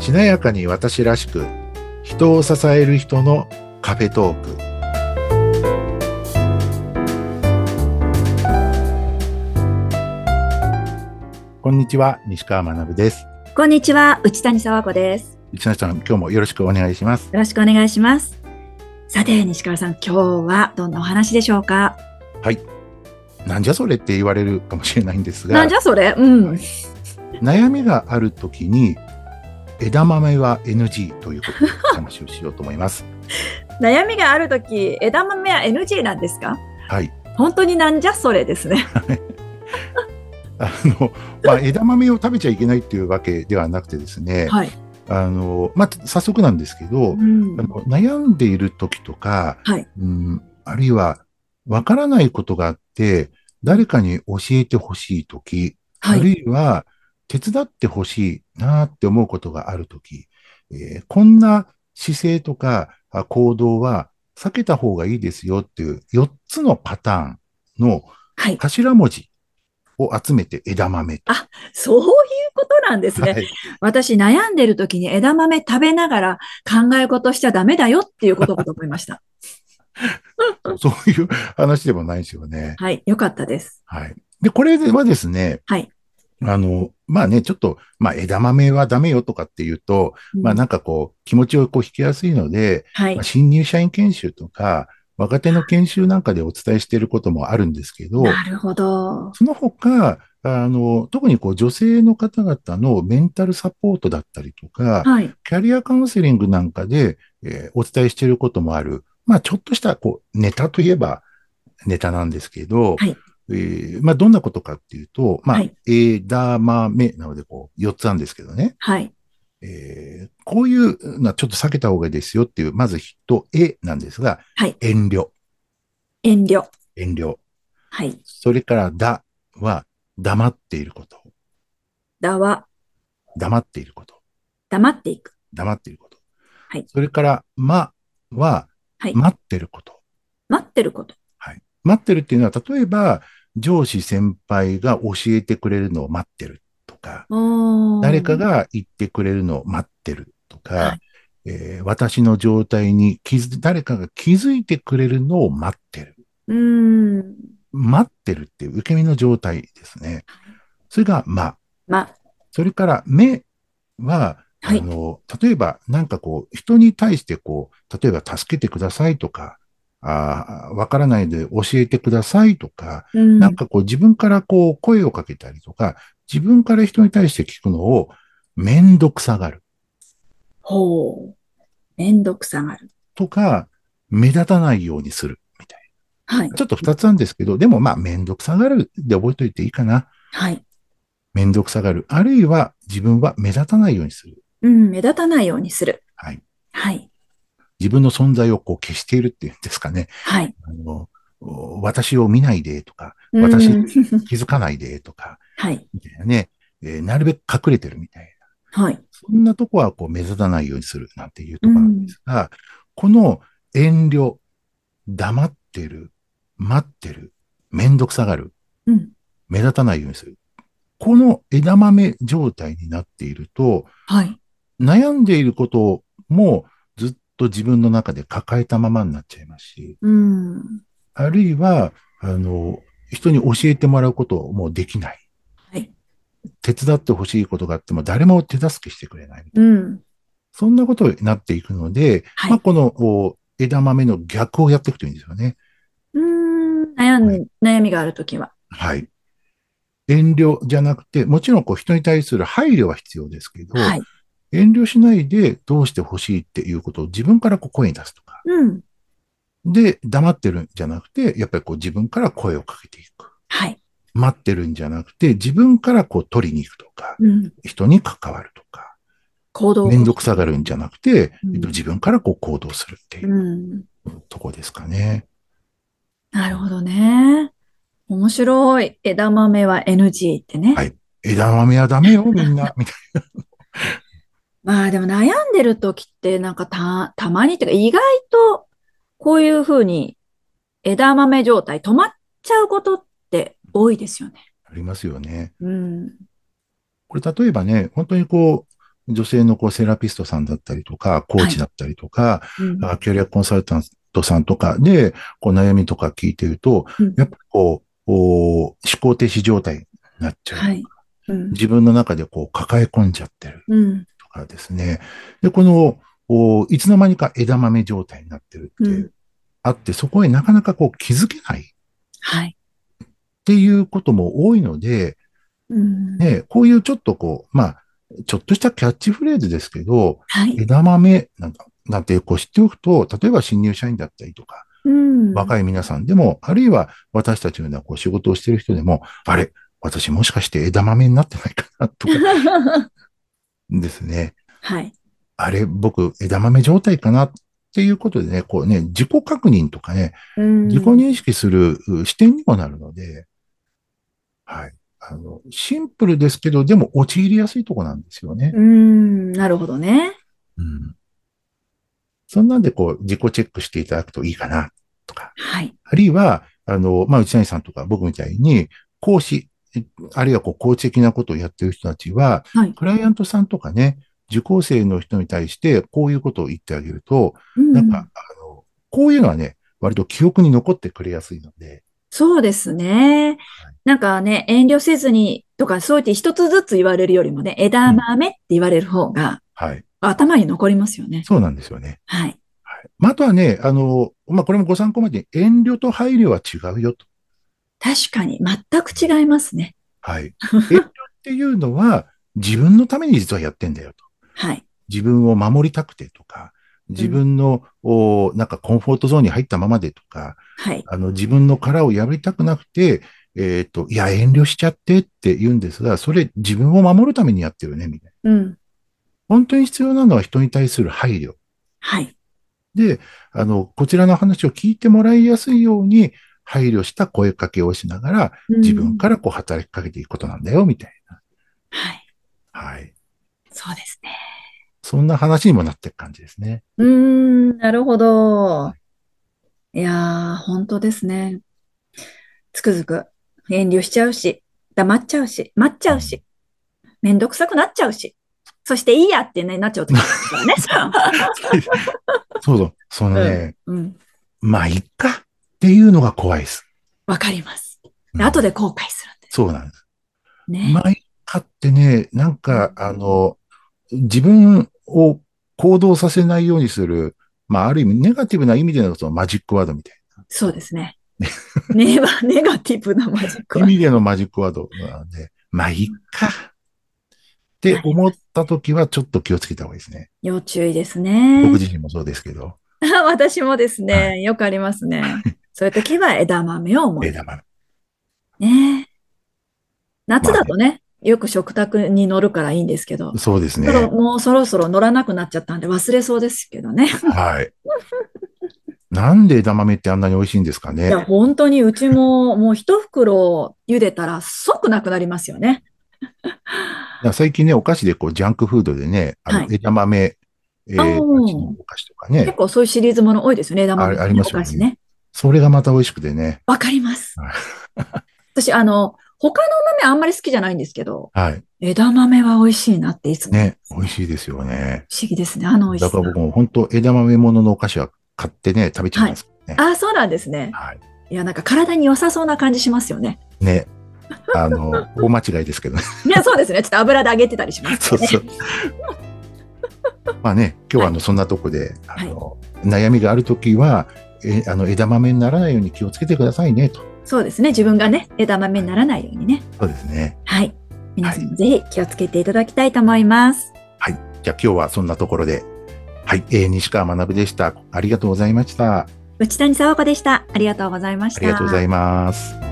華やかに私らしく人を支える人のカフェトークこんにちは西川学ですこんにちは、内谷沢子です。一之さん今日もよろしくお願いしますよろしくお願いします。さて、西川さん、今日はどんなお話でしょうかなんじゃそれって言われるかもしれないんですながんじゃそれうん。悩みがあるときに枝豆は NG ということでお話をしようと思います悩みがあるとき、枝豆は NG なんですかはい本当になんじゃそれですね。あの、まあ、枝豆を食べちゃいけないっていうわけではなくてですね、はい。あの、まあ、早速なんですけど、うんあの悩んでいる時とか、はいうん、あるいは、わからないことがあって、誰かに教えてほしい時、はあるい。いは、手伝ってほしいなって思うことがある時、えーこんな姿勢とかあ行動は避けた方がいいですよっていう4つのパターンのはい。頭文字を集めて枝豆と。そういうことなんですね。はい私、悩んでるときに枝豆食べながら考え事しちゃダメだよっていうことかと思い ました。そういう話でもないですよね。はい。よかったです。はい。で、これはですね、はい。あの、まあね、ちょっと、まあ枝豆はダメよとかっていうと、まあなんかこう、気持ちをこう引きやすいので、はいまあ。新入社員研修とか、若手の研修なんかでお伝えしていることもあるんですけど、なるほど。その他、あの、特にこう女性の方々のメンタルサポートだったりとか、はい。キャリアカウンセリングなんかで、えーお伝えしていることもある、まあ、ちょっとしたこうネタといえばネタなんですけど、はいえーまあ、どんなことかっていうと、まあはい枝豆なのでこう4つなんですけどね、はい。えーこういうのはちょっと避けた方がいいですよっていう、まず人、絵なんですが、はい遠慮、遠慮。遠慮。はい。それから、だは黙っていること、だは、黙っていること。黙っていく。黙っていること。はいそれから、まは、はい待ってること。待ってること。待ってるっていうのは、例えば、上司先輩が教えてくれるのを待ってるとか、誰誰か、が言ってくれるのを待ってるとか、はえー私の状態に気づ、誰かが気づいてくれるのを待ってる。うーん、待ってるっていう受け身の状態ですね。それが、ま、ま、それから目は、あはいの、例えば、なんかこう、人に対してこう、例えば助けてくださいとか、あーわからないで教えてくださいとか、うん、なんかこう、自分からこう、声をかけたりとか、自分から人に対して聞くのを、めんどくさがるほう。めんどくさがる。とか、目立たないようにするみたいはいな。。ちょっと二つなんですけど、でもまあ、めんどくさがるで覚えといていいかな。はい。めんどくさがる。あるいは、自分は目立たないようにする。うん、目立たないようにする。はい。はい。自分の存在をこう消しているっていうんですかね。はい。あの、お私を見ないでとか、うん私は気づかないでとか、い。みたいなね、えーなるべく隠れてるみたいな。はい。そんなとこはこう目立たないようにするなんていうところなんですが、この遠慮、黙ってる、待ってる、めんどくさがる、うん。目立たないようにする。この枝豆状態になっていると、はい。悩んでいることもずっと自分の中で抱えたままになっちゃいますし、うん。あるいは、あの、人に教えてもらうこともできない。はい。手伝ってほしいことがあっても誰も手助けしてくれない。うん。そんなことになっていくので、はいまあ、このお枝豆の逆をやっていくといいんですよね。うーん。悩はん、悩みがあるときは。はい。遠慮じゃなくて、もちろんこう人に対する配慮は必要ですけど、はい。遠慮しないでどうしてほしいっていうことを自分からこう声に出すとか。うん。で、黙ってるんじゃなくて、やっぱりこう自分から声をかけていく。はい。待ってるんじゃなくて、自分からこう取りに行くとか。うん。人に関わるとか、行動。面倒くさがるんじゃなくて、うん。えっと自分からこう行動するっていううんとこですかね。なるほどね。面白い。枝豆は NG ってね。はい枝豆はダメよ、みんな、み たいまあでも悩んでる時ってなんかた、たまにっていうか意外とこういうふうに枝豆状態止まっちゃうことって多いですよね。な、ありますよね。うん。これ例えばね、本当にこう、女性のこうセラピストさんだったりとか、コーチだったりとか、うんあキャリアコンサルタントさんとかで、こう悩みとか聞いてると、うんやっぱこう、お思考停止状態になっちゃう。はい。うん。自分の中でこう抱え込んじゃってるうん。とかですね。で、この、おいつの間にか枝豆状態になってるって、うんあって、そこへなかなかこう気づけないっはい。ていうことも多いので、うん。ね、こういうちょっとこう、まあ、ちょっとしたキャッチフレーズですけど、はい。枝豆なんかなんてこう知っておくと、例えば新入社員だったりとか、うん。若い皆さんでも、あるいは私たちのようなこう仕事をしている人でも、あれ、私もしかして枝豆になってないかな とかですね。 はい。あれ、僕、枝豆状態かなっていうことでね、こうね、自己確認とかね、うん。自己認識するう視点にもなるので、はい。あの、シンプルですけど、でも陥りやすいとこなんですよね。うん。なるほどね。うん。そんなんで、こう、自己チェックしていただくといいかな、とか。はい。あるいは、あの、まあ、内谷さんとか僕みたいに、講師、あるいはこう、コーチ的なことをやってる人たちは、はい。クライアントさんとかね、受講生の人に対して、こういうことを言ってあげると、うんなんか、あの、こういうのはね、割と記憶に残ってくれやすいので、そうですね。なんかね、遠慮せずにとか、そうやって一つずつ言われるよりもね、枝豆って言われる方がはい。頭に残りますよね。そうなんですよね。はい。はい。まあ、あとはね、あの、まあ、これもご参考までに、遠慮と配慮は違うよと。確かに、全く違いますね。 はい。遠慮っていうのは、自分のために実はやってんだよと。はい。自分を守りたくてとか、自分の、おなんかコンフォートゾーンに入ったままでとか、はい。あの、自分の殻を破りたくなくて、えっ、と、いや、遠慮しちゃってって言うんですが、それ自分を守るためにやってるね、みたいな。うん。本当に必要なのは人に対する配慮。はい。で、あの、こちらの話を聞いてもらいやすいように、配慮した声かけをしながら、うん自分からこう働きかけていくことなんだよ、みたいな。はい。はい。そうですね。そんな話にもなっていく感じですね。うーん、なるほど。いやー、本当ですね。つくづく遠慮しちゃうし、黙っちゃうし、待っちゃうし、めんどくさくなっちゃうし、そしていいやってね、なっちゃう時もあ るからね。そうそう。そのね、うん、まあ、いっかっていうのが怖いです。わかります。うん後で後悔すそうなんです。るんでね。まあ、いっかってね、なんか、あの、自分を行動させないようにする、まあ、ある意味、ネガティブな意味でのそのマジックワードみたいそうで すね。 ネバ、ネガティブなマジックな。は意。味でのマジックワードなので、まあ、いっかって思ったときは、ちょっと気をつけた方がいいですね。要注意です僕ね。自身もそうですけど、 私もですはね、よくありますね。そういう時は枝豆を思い出す枝豆。ねえ。夏だとね、よく食卓に乗るからいいんですけど、そうですねた。だもうそろそろ乗らなくなっちゃったんで忘れそうですけどね。はい。なんで枝豆ってあんなに美味しいんですかいね。や、本当にうちももう一袋茹でたら即なくなりますよね。だから最近ね、お菓子でこう、ジャンクフードでね、あはのい枝豆、えーパあーンチのお菓子とかね結、構そういうシリーズもの多いですよね、枝豆あありますよねお菓子ね。それがまた美味しくてね。わかりますはい。 私、あの、他の豆あんまり好きじゃないんですけど、はい。枝豆は美味しいなっていつも。ね、美味しいですよね。不思議ですね、あの美味だしさから。僕も本当枝豆もののお菓子は買ってね、食べちゃいますからね。ああ、そうなんですね。はい。いや、なんか体に良さそうな感じしますよ ね。ね。あの、 大間違いですけ どね。いや、そうですね。ちょっと油で揚げてたりします、ね。そうそう。まあね、今日はあの、そんなとこで、あの、悩みがあるときは、え、あの、枝豆にならないように気をつけてくださいね、と。そうですね。自分がね、枝豆にならないようにね。そうですね。はい。皆さんもぜひ気をつけていただきたいと思います。じゃあ今日はそんなところで。はい。えー西川学でした。ありがとうございました。内谷沢子でした。ありがとうございました。ありがとうございます。